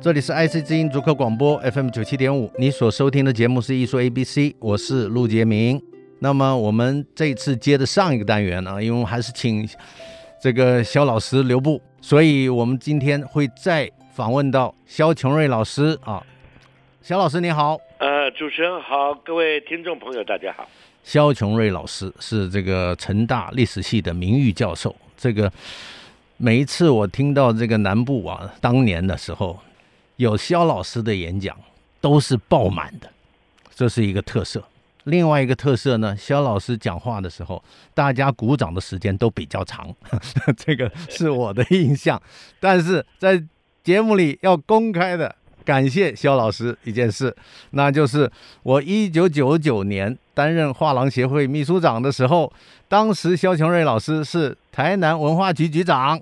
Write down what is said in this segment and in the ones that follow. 这里是 IC 之音足客广播 FM 九七点五，你所收听的节目是艺术 ABC，我是陆杰明。那么我们这次接着上一个单元啊，因为我们还是请这个肖老师留步，所以我们今天会再访问到肖琼瑞老师啊。肖老师你好，呃，主持人好，各位听众朋友，大家好。 肖琼瑞老师是这个成大历史系的名誉教授。这个每一次我听到这个南部啊，当年的时候。有肖老师的演讲都是爆满的，这是一个特色。另外一个特色呢，肖老师讲话的时候，大家鼓掌的时间都比较长， 这个是我的印象。但是在节目里要公开的感谢肖老师一件事，那就是我一九九九年担任画廊协会秘书长的时候，当时肖琼瑞老师是台南文化局局长。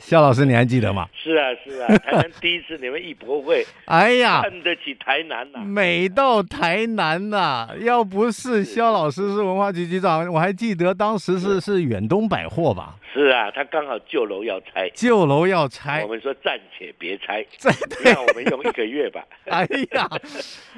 肖老师，你还记得吗？是啊，是 啊，台南第一次你们艺博会，哎呀，看得起台南呐、啊！美到台南呐、啊！要不是肖老师是文化局局长，我还记得当时是是远东百货吧？是啊，他刚好旧楼要拆，旧楼要拆，我们说暂且 别拆，让我们用一个 月吧。哎 呀，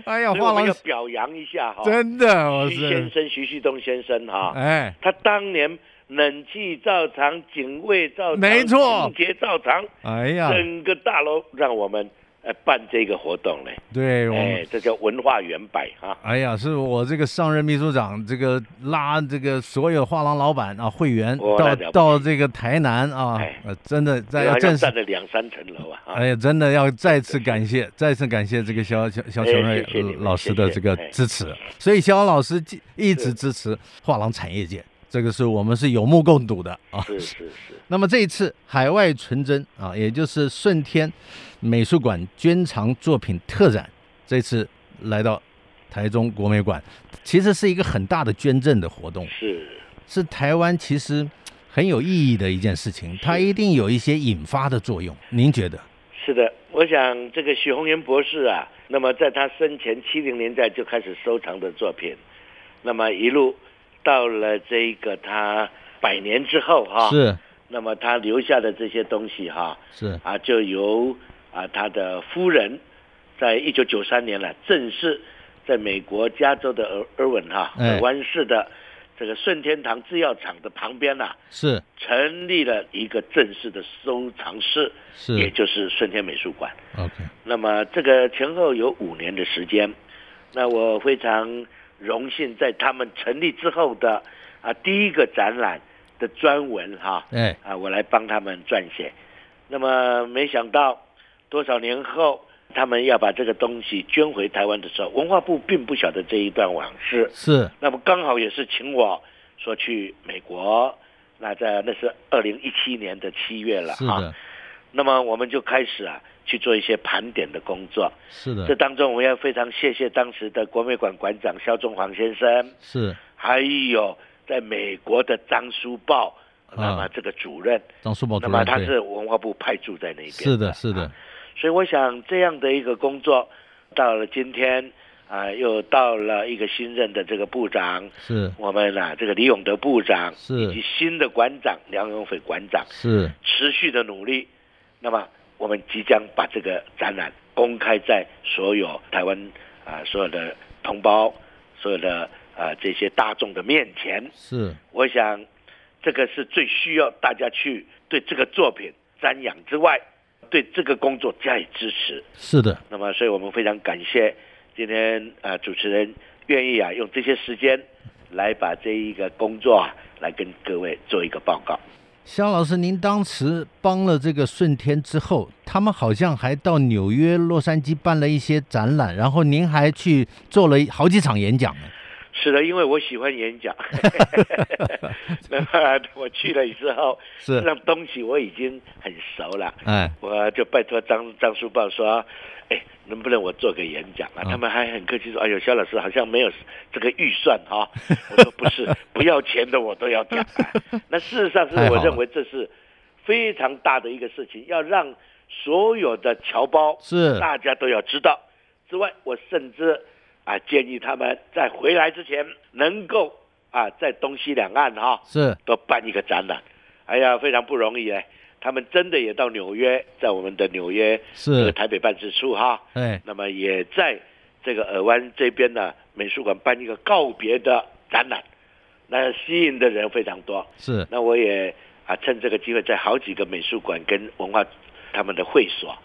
哎呀，我们要表扬一下哈、哦！真的，徐先生，徐旭东先生哈、哦，哎，他当年。冷气照常，警卫照常，没错，清洁照常。哎呀，整个大楼让我们呃办这个活动嘞。对，哎，这叫文化圆百哈。哎呀，是我这个上任秘书长，这个拉这个所有画廊老板啊会员到到这个台南啊，哎、呃，真的在正站了两三层楼啊。哎呀，真的要再次感谢，再次感谢这个肖肖肖琼瑞老师的这个支持。哎、所以肖老师一直支持画廊产业界。这个是我们是有目共睹的啊，是是是。那么这一次海外纯真啊，也就是顺天美术馆捐藏作品特展，这次来到台中国美馆，其实是一个很大的捐赠的活动，是是台湾其实很有意义的一件事情，它一定有一些引发的作用，您觉得？是的，我想这个许宏源博士啊，那么在他生前七零年代就开始收藏的作品，那么一路。到了这个他百年之后哈、啊，是，那么他留下的这些东西哈、啊，是啊，就由啊他的夫人，在一九九三年了正式在美国加州的尔尔文哈、啊、哎尔湾市的这个顺天堂制药厂的旁边啊呐，是成立了一个正式的收藏室，是，也就是顺天美术馆。 OK，那么这个前后有五年的时间，那我非常。荣幸在他们成立之后的啊第一个展览的专文哈、啊，哎啊，我来帮他们撰写。那么没想到多少年后，他们要把这个东西捐回台湾的时候，文化部并不晓得这一段往事。是。那么刚好也是请我说去美国，那在那是二零一七年的七月了哈、啊。那么我们就开始啊。去做一些盘点的工作，是的。这当中我要非常谢谢当时的国美馆馆长肖中煌先生，是，还有在美国的张书报，啊、那么这个主任，张书报主任，那么他是文化部派驻在那边，是的，是的、啊。所以我想这样的一个工作，到了今天啊、呃，又到了一个新任的这个部长，是我们啊这个李永德部长，是以及新的馆长梁永斐馆长，是持续的努力，那么。我们即将把这个展览公开在所有台湾啊、呃、所有的同胞、所有的啊、呃、这些大众的面前。是，我想这个是最需要大家去对这个作品瞻仰之外，对这个工作加以支持。是的。那么，所以我们非常感谢今天啊、呃、主持人愿意啊用这些时间来把这一个工作啊来跟各位做一个报告。肖老师，您当时帮了这个顺天之后，他们好像还到纽约、洛杉矶办了一些展览，然后您还去做了好几场演讲。 是的，因为我喜欢演讲， 那么我去了之后，是那东西我已经很熟了，哎，我就拜托张张书报说，哎，能不能我做个演讲啊？嗯他们还很客气说，哎呦，肖老师好像没有这个预算哈、我说不是， 不要钱的我都要讲、啊。那事实上是太好我了认为这是非常大的一个事情，要让所有的侨胞是大家都要知道。之外，我甚至啊建议他们在回来之前能够啊在东西两岸哈、是都办一个展览。哎呀，非常不容易哎，他们真的也到纽约，在我们的纽约这个是，台北办事处哈，哎，那么也在这个尔湾这边呢美术馆办一个告别的展览，那吸引的人非常多。是那我也啊趁这个机会，在好几个美术馆跟文化他们的会所，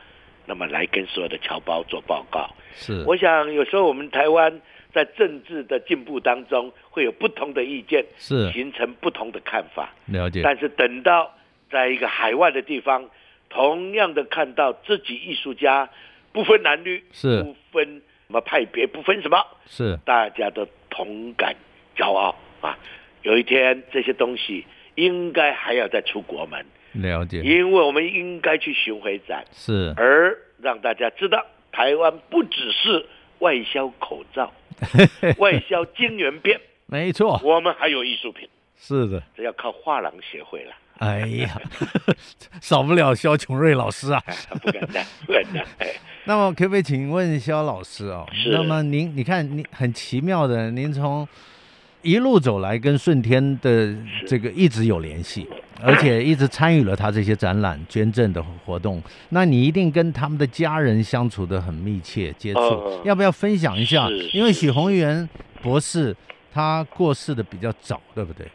那么来跟所有的侨胞做报告。是，我想有时候我们台湾在政治的进步当中会有不同的意见，是形成不同的看法。了解，但是等到在一个海外的地方，同样的看到自己艺术家不分男女，是不分什么派别，不分什么，是大家都同感骄傲啊！有一天这些东西应该还要再出国门，了解，因为我们应该去巡回展，是而让大家知道台湾不只是外销口 罩、外销晶圆片，没错，我们还有艺术品，是的。这要靠画廊协会了。哎呀， 少不了肖琼瑞老师啊。不敢当，不敢当。哎，那么，可不可以请问肖老师哦？是那么您，你看，您很奇妙的，您从一路走来跟顺天的这个一直有联系，而且一直参与了他这些展览、捐赠的活动。那你一定跟他们的家人相处的很密切接触，哦要不要分享一下是？因为是许宏源博士他过世的比较早，对不对？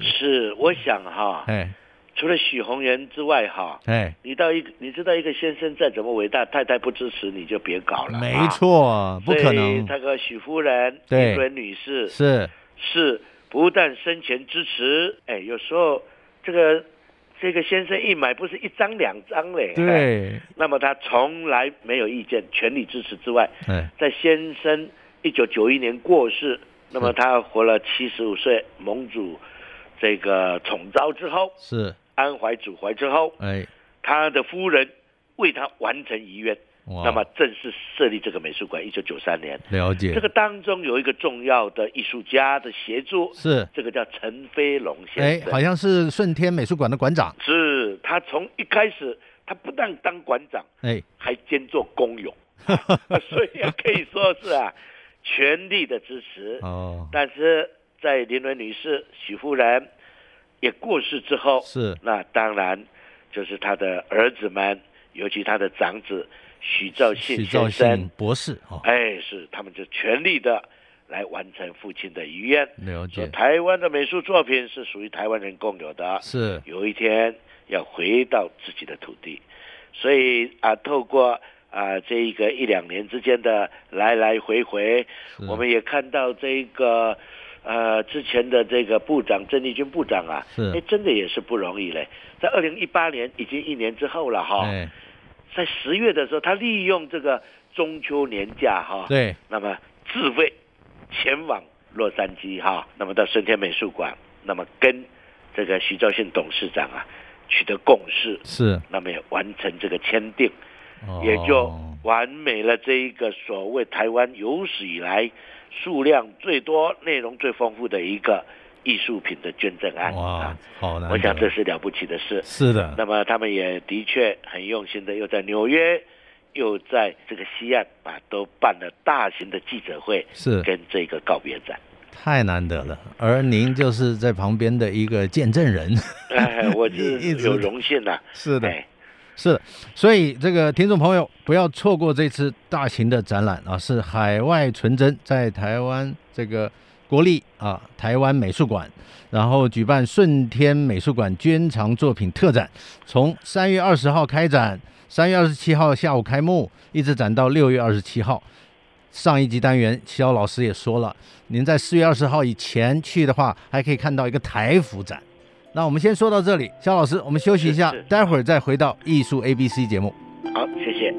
是，我想哈，哎除了许宏源之外哈，哎，你到一个，你知道一个先生再怎么伟大，太太不支持你就别搞了，啊没，错，不可所以能，那个许夫人、对林伦女士是是不但生前支持，哎，有时候这个这个先生一买不是一张两张嘞，哎。对，那么他从来没有意见，全力支持之外，哎在先生一九九一年过世，那么他活了七十五岁，盟主这个宠召之后，是安怀主怀之后，哎他的夫人为他完成遗愿，哇，那么正式设立这个美术馆。一九九三年，了解这个当中有一个重要的艺术家的协助，是这个叫陈飞龙先哎，生，好像是顺天美术馆的馆长是他从一开始，他不但当馆长，哎，还兼做 工友，所以啊可以说是啊，全力的支持。哦但是在林伦女士、许夫人也过世之后，是那当然就是她的儿子们，尤其她的长子许兆信许先兆信生，博士哦，哎，是他们就全力的来完成父亲的遗愿。了说解台湾的美术作品是属于台湾人共有的，是有一天要回到自己的土地，所以啊，透过啊这一个一两年之间的来来回回，是我们也看到这个呃之前的这个部长郑丽君部长啊，是哎真的也是不容易嘞，在二零一八年已经一年之后了哈，哎在十月的时候，他利用这个中秋年假哈，对那么自费前往洛杉矶哈，那么到顺天美术馆，那么跟这个徐兆信董事长啊取得共识，是那么也完成这个签订，哦也就完美了这一个所谓台湾有史以来数量最多、内容最丰富的一个艺术品的捐赠案哇啊！，好难得，我想这是了不起的事。是的那么他们也的确很用心的，又在纽约，又在这个西岸啊，都办了大型的记者会是跟这个告别展。 太难得了，而您就是在旁边的一个见证人， 哎，我一一是直有荣幸呐、是的。哎，是的，所以这个听众朋友不要错过这次大型的展览啊，是海外纯真在台湾这个国立啊台湾美术馆，然后举办顺天美术馆捐藏作品特展，从三月二十号开展，三月二十七号下午开幕，一直展到六月二十七号。上一集单元，肖老师也说了，您在四月二十号以前去的话，还可以看到一个台服展。那我们先说到这里，肖老师，我们休息一下是是，待会儿再回到艺术 A B C 节目。好，谢谢。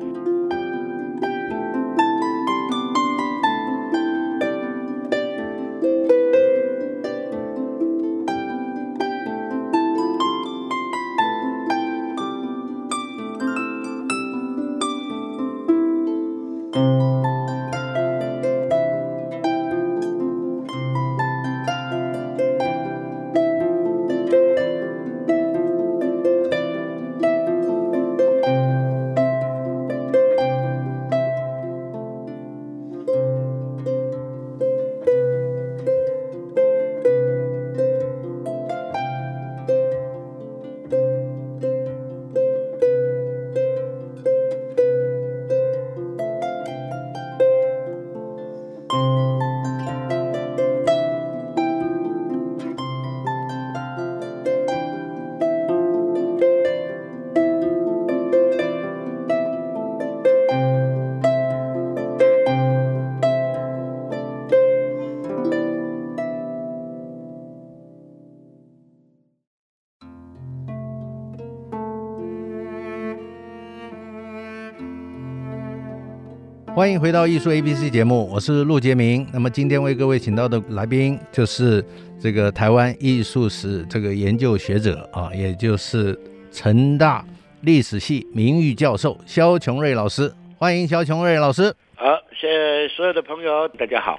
欢迎回到艺术 A B C 节目，我是陆杰明。那么今天为各位请到的来宾就是这个台湾艺术史这个研究学者啊，也就是成大历史系名誉教授肖琼瑞老师。欢迎肖琼瑞老师。好，谢所有的朋友，大家好。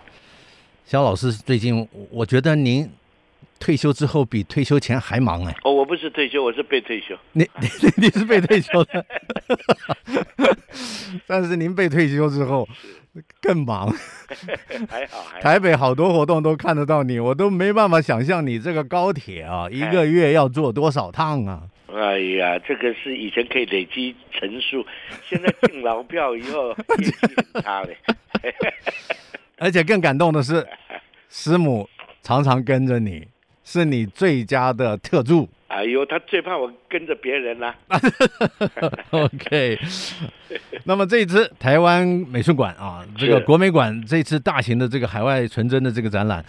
肖老师最近，我觉得您退休之后比退休前还忙哎。 哦，我不是退休，我是被退休。 你你你是被退休的， 但是您被退休之后更忙。还好，还 好。台北好多活动都看得到你，我都没办法想象你这个高铁啊，一个月要坐多少趟啊？哎呀，这个是以前可以累积乘数，现在进劳票以 后业绩很差嘞。而且更感动的是，师母常常跟着你，是你最佳的特助。哎呦，他最怕我跟着别人啊 啦、 OK，那么这一次台湾美术馆啊，这个是国美馆这次大型的这个海外纯真的这个展览，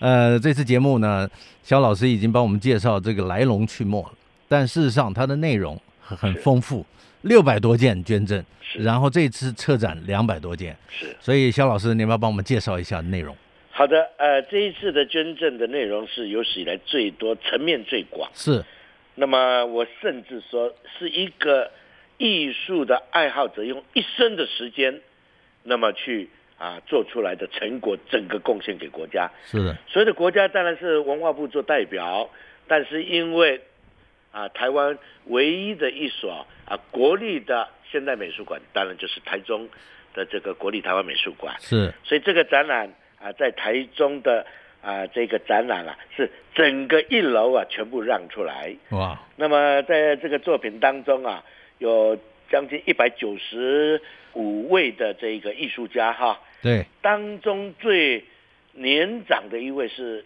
呃，这次节目呢，肖老师已经帮我们介绍这个来龙去脉了，但事实上它的内容很很丰富，六百多件捐赠，是然后这次策展两百多件，是。所以肖老师，你要不要帮我们介绍一下内容？好的，呃，这一次的捐赠的内容是有史以来最多、层面最广。是那么我甚至说是一个艺术的爱好者用一生的时间，那么去啊做出来的成果，整个贡献给国家。是的，所有的国家当然是文化部做代表，但是因为啊台湾唯一的一所啊国立的现代美术馆，当然就是台中的这个国立台湾美术馆。是所以这个展览啊，在台中的啊这个展览啊，是整个一楼啊全部让出来。哇，那么在这个作品当中啊，有将近一百九十五位的这个艺术家哈，对，当中最年长的一位是。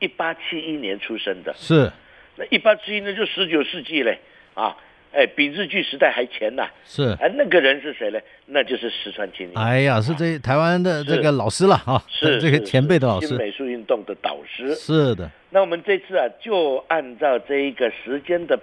一八七一年出生的，是那一八七一呢就十九世纪嘞啊，哎，比日据时代还前呐、是，哎，那个人是谁嘞？那就是石川青年。哎呀，是这台湾的这个老师了啊，是这个是前辈的老新师，美术运动的导师。是的，那我们这次啊，就按照这一个时间的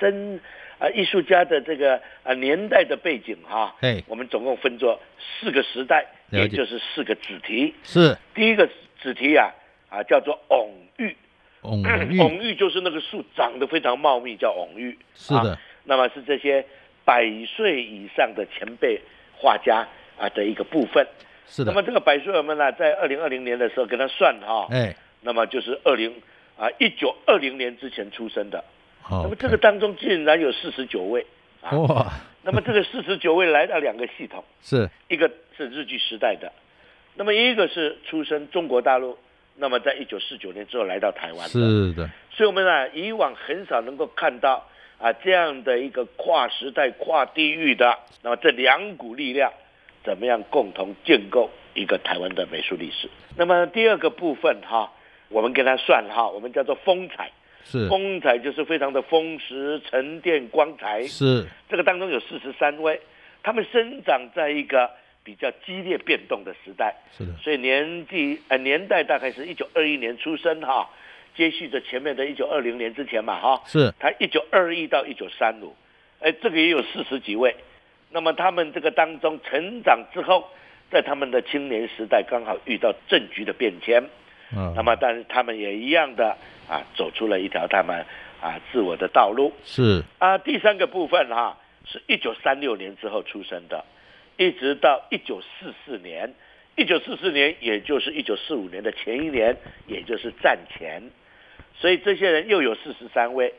生啊，艺术家的这个啊年代的背景哈、嘿我们总共分作四个时代，了也解就是四个子题。 是第一个子题啊啊叫做蓊郁，翁 蓊玉，郁就是那个树长得非常茂密，叫蓊郁。是的啊，那么是这些百岁以上的前辈画家啊的一个部分。是那么的，这个百岁我们呢、啊在二零二零年的时候给他算哈、哎，那么就是二零啊一九二零年之前出生的。好，哎那么这个当中竟然有四十九位啊。哇， 那么这个四十九位来到两个系统，是一个是日据时代的，那么一个是出生中国大陆，那么在一九四九年之后来到台湾的。是的，所以我们啊，以往很少能够看到啊这样的一个跨时代、跨地域的，那么这两股力量怎么样共同建构一个台湾的美术历史？那么第二个部分哈，我们给它算哈，我们叫做风采，是风采就是非常的风蚀、沉淀、光彩。是这个当中有四十三位，他们生长在一个比较激烈变动的时代，是的，所以年纪呃年代大概是一九二一年出生哈，接续着前面的一九二零年之前嘛哈，是他一九二一到一九三五，哎，这个也有四十几位，那么他们这个当中成长之后，在他们的青年时代刚好遇到政局的变迁，啊那，么但是他们也一样的啊走出了一条他们啊自我的道路。是啊，第三个部分哈、是一九三六年之后出生的，一直到一九四四年，一九四四年也就是一九四五年的前一年，也就是战前，所以这些人又有四十三位。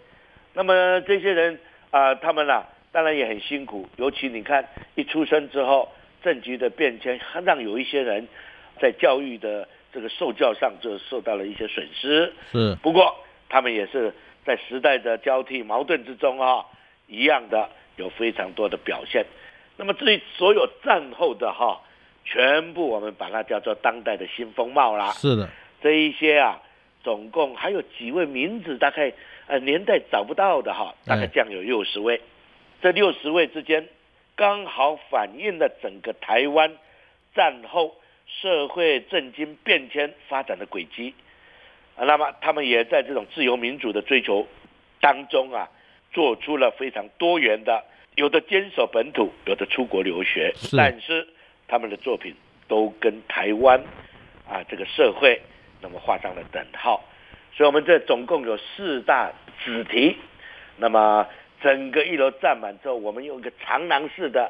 那么这些人啊、他们啊，当然也很辛苦，尤其你看一出生之后，政局的变迁，让有一些人在教育的这个受教上就受到了一些损失。是不过他们也是在时代的交替矛盾之中啊、一样的有非常多的表现。那么至于所有战后的哈、全部我们把它叫做当代的新风貌啦。是的，这一些啊，总共还有几位名字大概呃年代找不到的哈，大概嗯将有六十位。这六十位之间，刚好反映了整个台湾战后社会政经变迁发展的轨迹。啊，那么他们也在这种自由民主的追求当中啊，做出了非常多元的，有的坚守本土，有的出国留学，是但是他们的作品都跟台湾啊这个社会那么画上了等号。所以我们这总共有四大子题，那么整个一楼站满之后，我们用一个长廊式的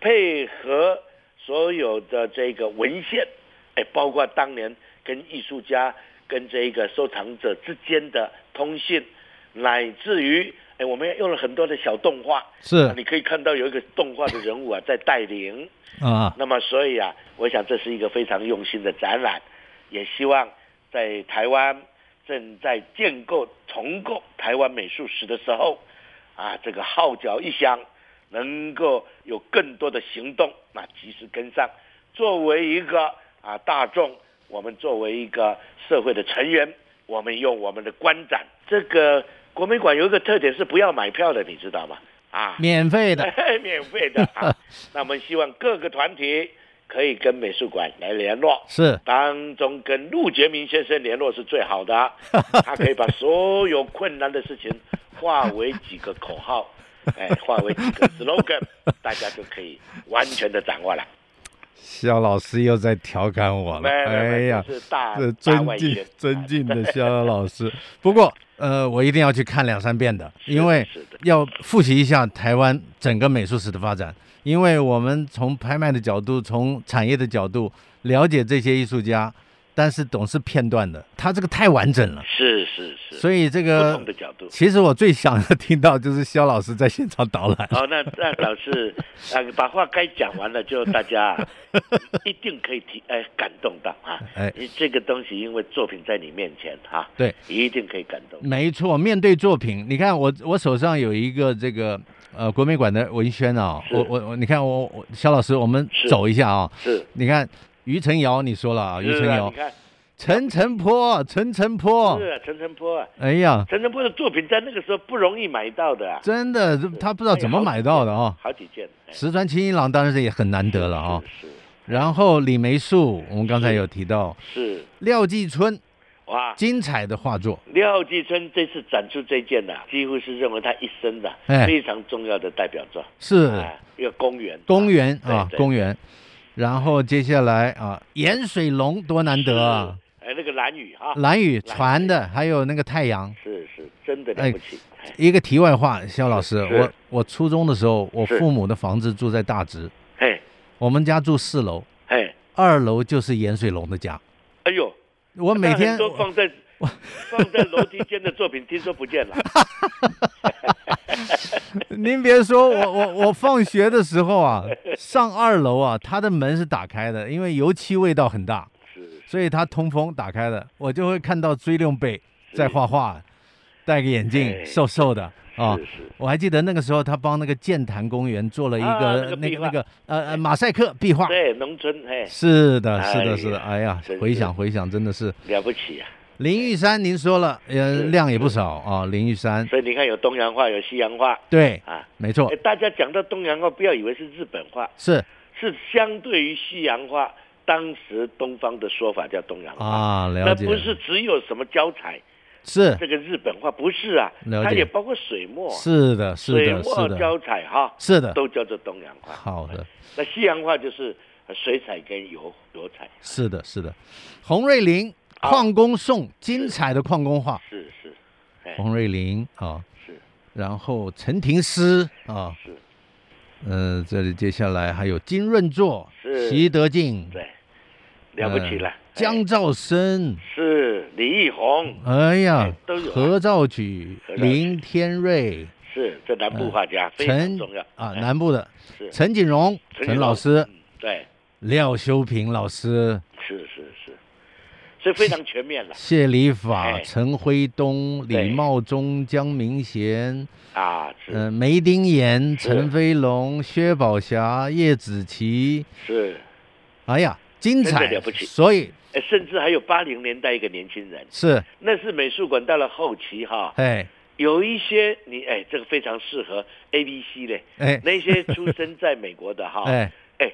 配合所有的这个文献，哎，包括当年跟艺术家、跟这一个收藏者之间的通信，乃至于哎，我们用了很多的小动画，啊是你可以看到有一个动画的人物啊在带领。啊，那么所以啊，我想这是一个非常用心的展览，也希望在台湾正在建构重构台湾美术史的时候，啊，这个号角一响，能够有更多的行动，那、啊、及时跟上。作为一个啊大众，我们作为一个社会的成员，我们用我们的观展。这个国美馆有一个特点是不要买票的，你知道吗？啊，免费的， 免费 的啊。那我们希望各个团体可以跟美术馆来联络，是当中跟陆觉明先生联络是最好 的，他可以把所有困难的事情化为几个 口号，哎，化为几个 slogan，大家就可以完全的掌握了。肖老师又在调侃我了，没有没有哎呀，这是大这大尊外敬宣尊敬 的肖老师。不过，呃，我一定要去看两三遍的，是因为是的要复习一下台湾整个美术史的发展。因为我们从拍卖的角度，从产业的角度了解这些艺术家，但是总是片段的，他这个太完整了。是是是，所以呃这不个同的角度。其实我最想要听到就是肖老师在现场导览。 好，那那老师， 啊，把话该讲完了，就 大家啊一定可以提，哎，感动到啊！哎，这个东西因为作品在你面前哈、啊，对，嗯一定可以感动。没错，面对作品，你看我我手上有一个这个呃国美馆的文宣啊，是我我我，你看我我肖老师，我们是走一下啊，是，你看于承尧，你哦说了啊，于是承啊，你尧，看，陈澄波，陈澄波是，啊，陈澄波啊，哎呀，陈澄波的作品在那个时候不容易买到的、啊，真的这他不知道怎么买到的啊，好几件，哎石川清一郎当然是也很难得了啊，是然后李梅树，我们刚才有提到是是，廖继春哇，精彩的画作，廖继春这次展出这件呐、啊，几乎是认为他一生的、哎非常重要的代表作，是啊，一个公园，公园对啊，对公园。然后接下来啊，盐水龙多难得啊，是，哎，那个蓝雨哈、蓝雨蓝雨船的，还有那个太阳。是是，真的了不起，哎一个题外话，肖老师，是我我初中的时候，我是父母的房子住在大直，嘿，我们家住四楼，嘿，二楼就是盐水龙的家。哎呦，我每那 天很多放在放在楼梯间的作品，听说 不见了， 您别说，我我我放学的时候 啊，上二楼啊，它的门是打开的，因为油漆味道很大，是所以它通风打开的，我就会看到追六贝在画画，戴个眼镜，哎瘦瘦的啊。是是，我还记得那个时候，他帮那个剑潭公园做了一啊个、那个那壁个画那个呃呃马赛克壁画。对，农村嘿，是的，是哎的，呀是的。哎呀真，是回想回想，真的是了不起啊！林玉山，您说了，呃，是量也不少啊。林玉山，所以你看，有东洋画，有西洋画对，啊。没错哎，，大家讲到东洋画，不要以为是日本画，是是相对于西洋画，当时东方的说法叫东洋画。啊，了那解，不是只有什么胶彩，是这个日本画不是啊，了解它也包括水墨，啊是的，是水的，墨是的，胶彩哈，是 的，都叫做东洋画。好的，那西洋画就是呃水彩跟油油彩，是的，是的。洪瑞林啊矿工颂，精彩的矿工画，是是，哎洪瑞林啊，是然后陈廷诗啊，是，嗯，这里接下来还有金润作、是习德进、对，了不起了。呃江兆生，哎是李易宏，哎呀哎，都有啊何兆举、何兆举林天瑞、是这南部画家非常呃陈重要啊，哎南部的是陈锦荣、云陈老师、嗯对，廖修平老师、是是是，所以非常全 面了谢礼法、哎陈辉东、李对茂忠、江明贤、啊，呃是梅丁岩、是陈飞龙、薛宝霞、叶子琪，是，哎呀，精真的彩了不，起所以哎，甚至还有八零年代一个年轻人，是那是美术馆到了后期哈，哎有一些你哎，这个非常适合 A B C 嘞，哎那些出生在美国的哈， 哎哎，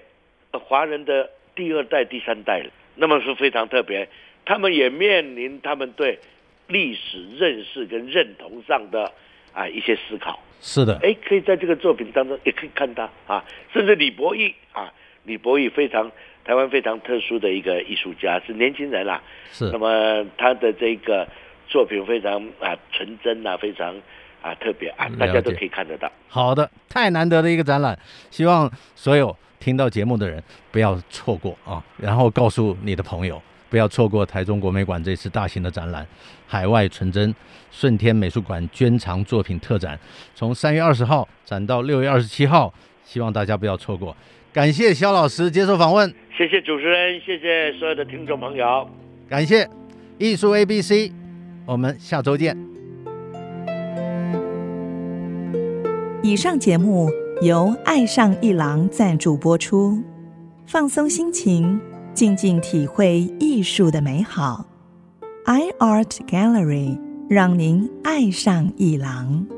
呃华人的第二代、第三代了，那么是非常特别，他们也面临他们对历史认识跟认同上的啊一些思考，哎是的，哎，可以在这个作品当中也可以看到啊，甚至李博义啊，李博义非常台湾非常特殊的一个艺术家，是年轻人啦、是那么他的这个作品非常啊纯真啊，非常啊特别啊嗯，大了家都解可以看得到。好的，太难得的一个展览，希望所有听到节目的人不要错过啊，然后告诉你的朋友。不要错过台中国美馆这次大型的展览《海外纯真》，顺天美术馆捐藏作品特展，从三月二十号展到六月二十七号，希望大家不要错过。感谢肖老师接受访问，谢谢主持人，谢谢所有的听众朋友。感谢艺术 A B C，我们下周见。以上节目由爱上一郎赞助播出，放松心情，静静体会艺术的美好。iArt Gallery 让您爱上一郎。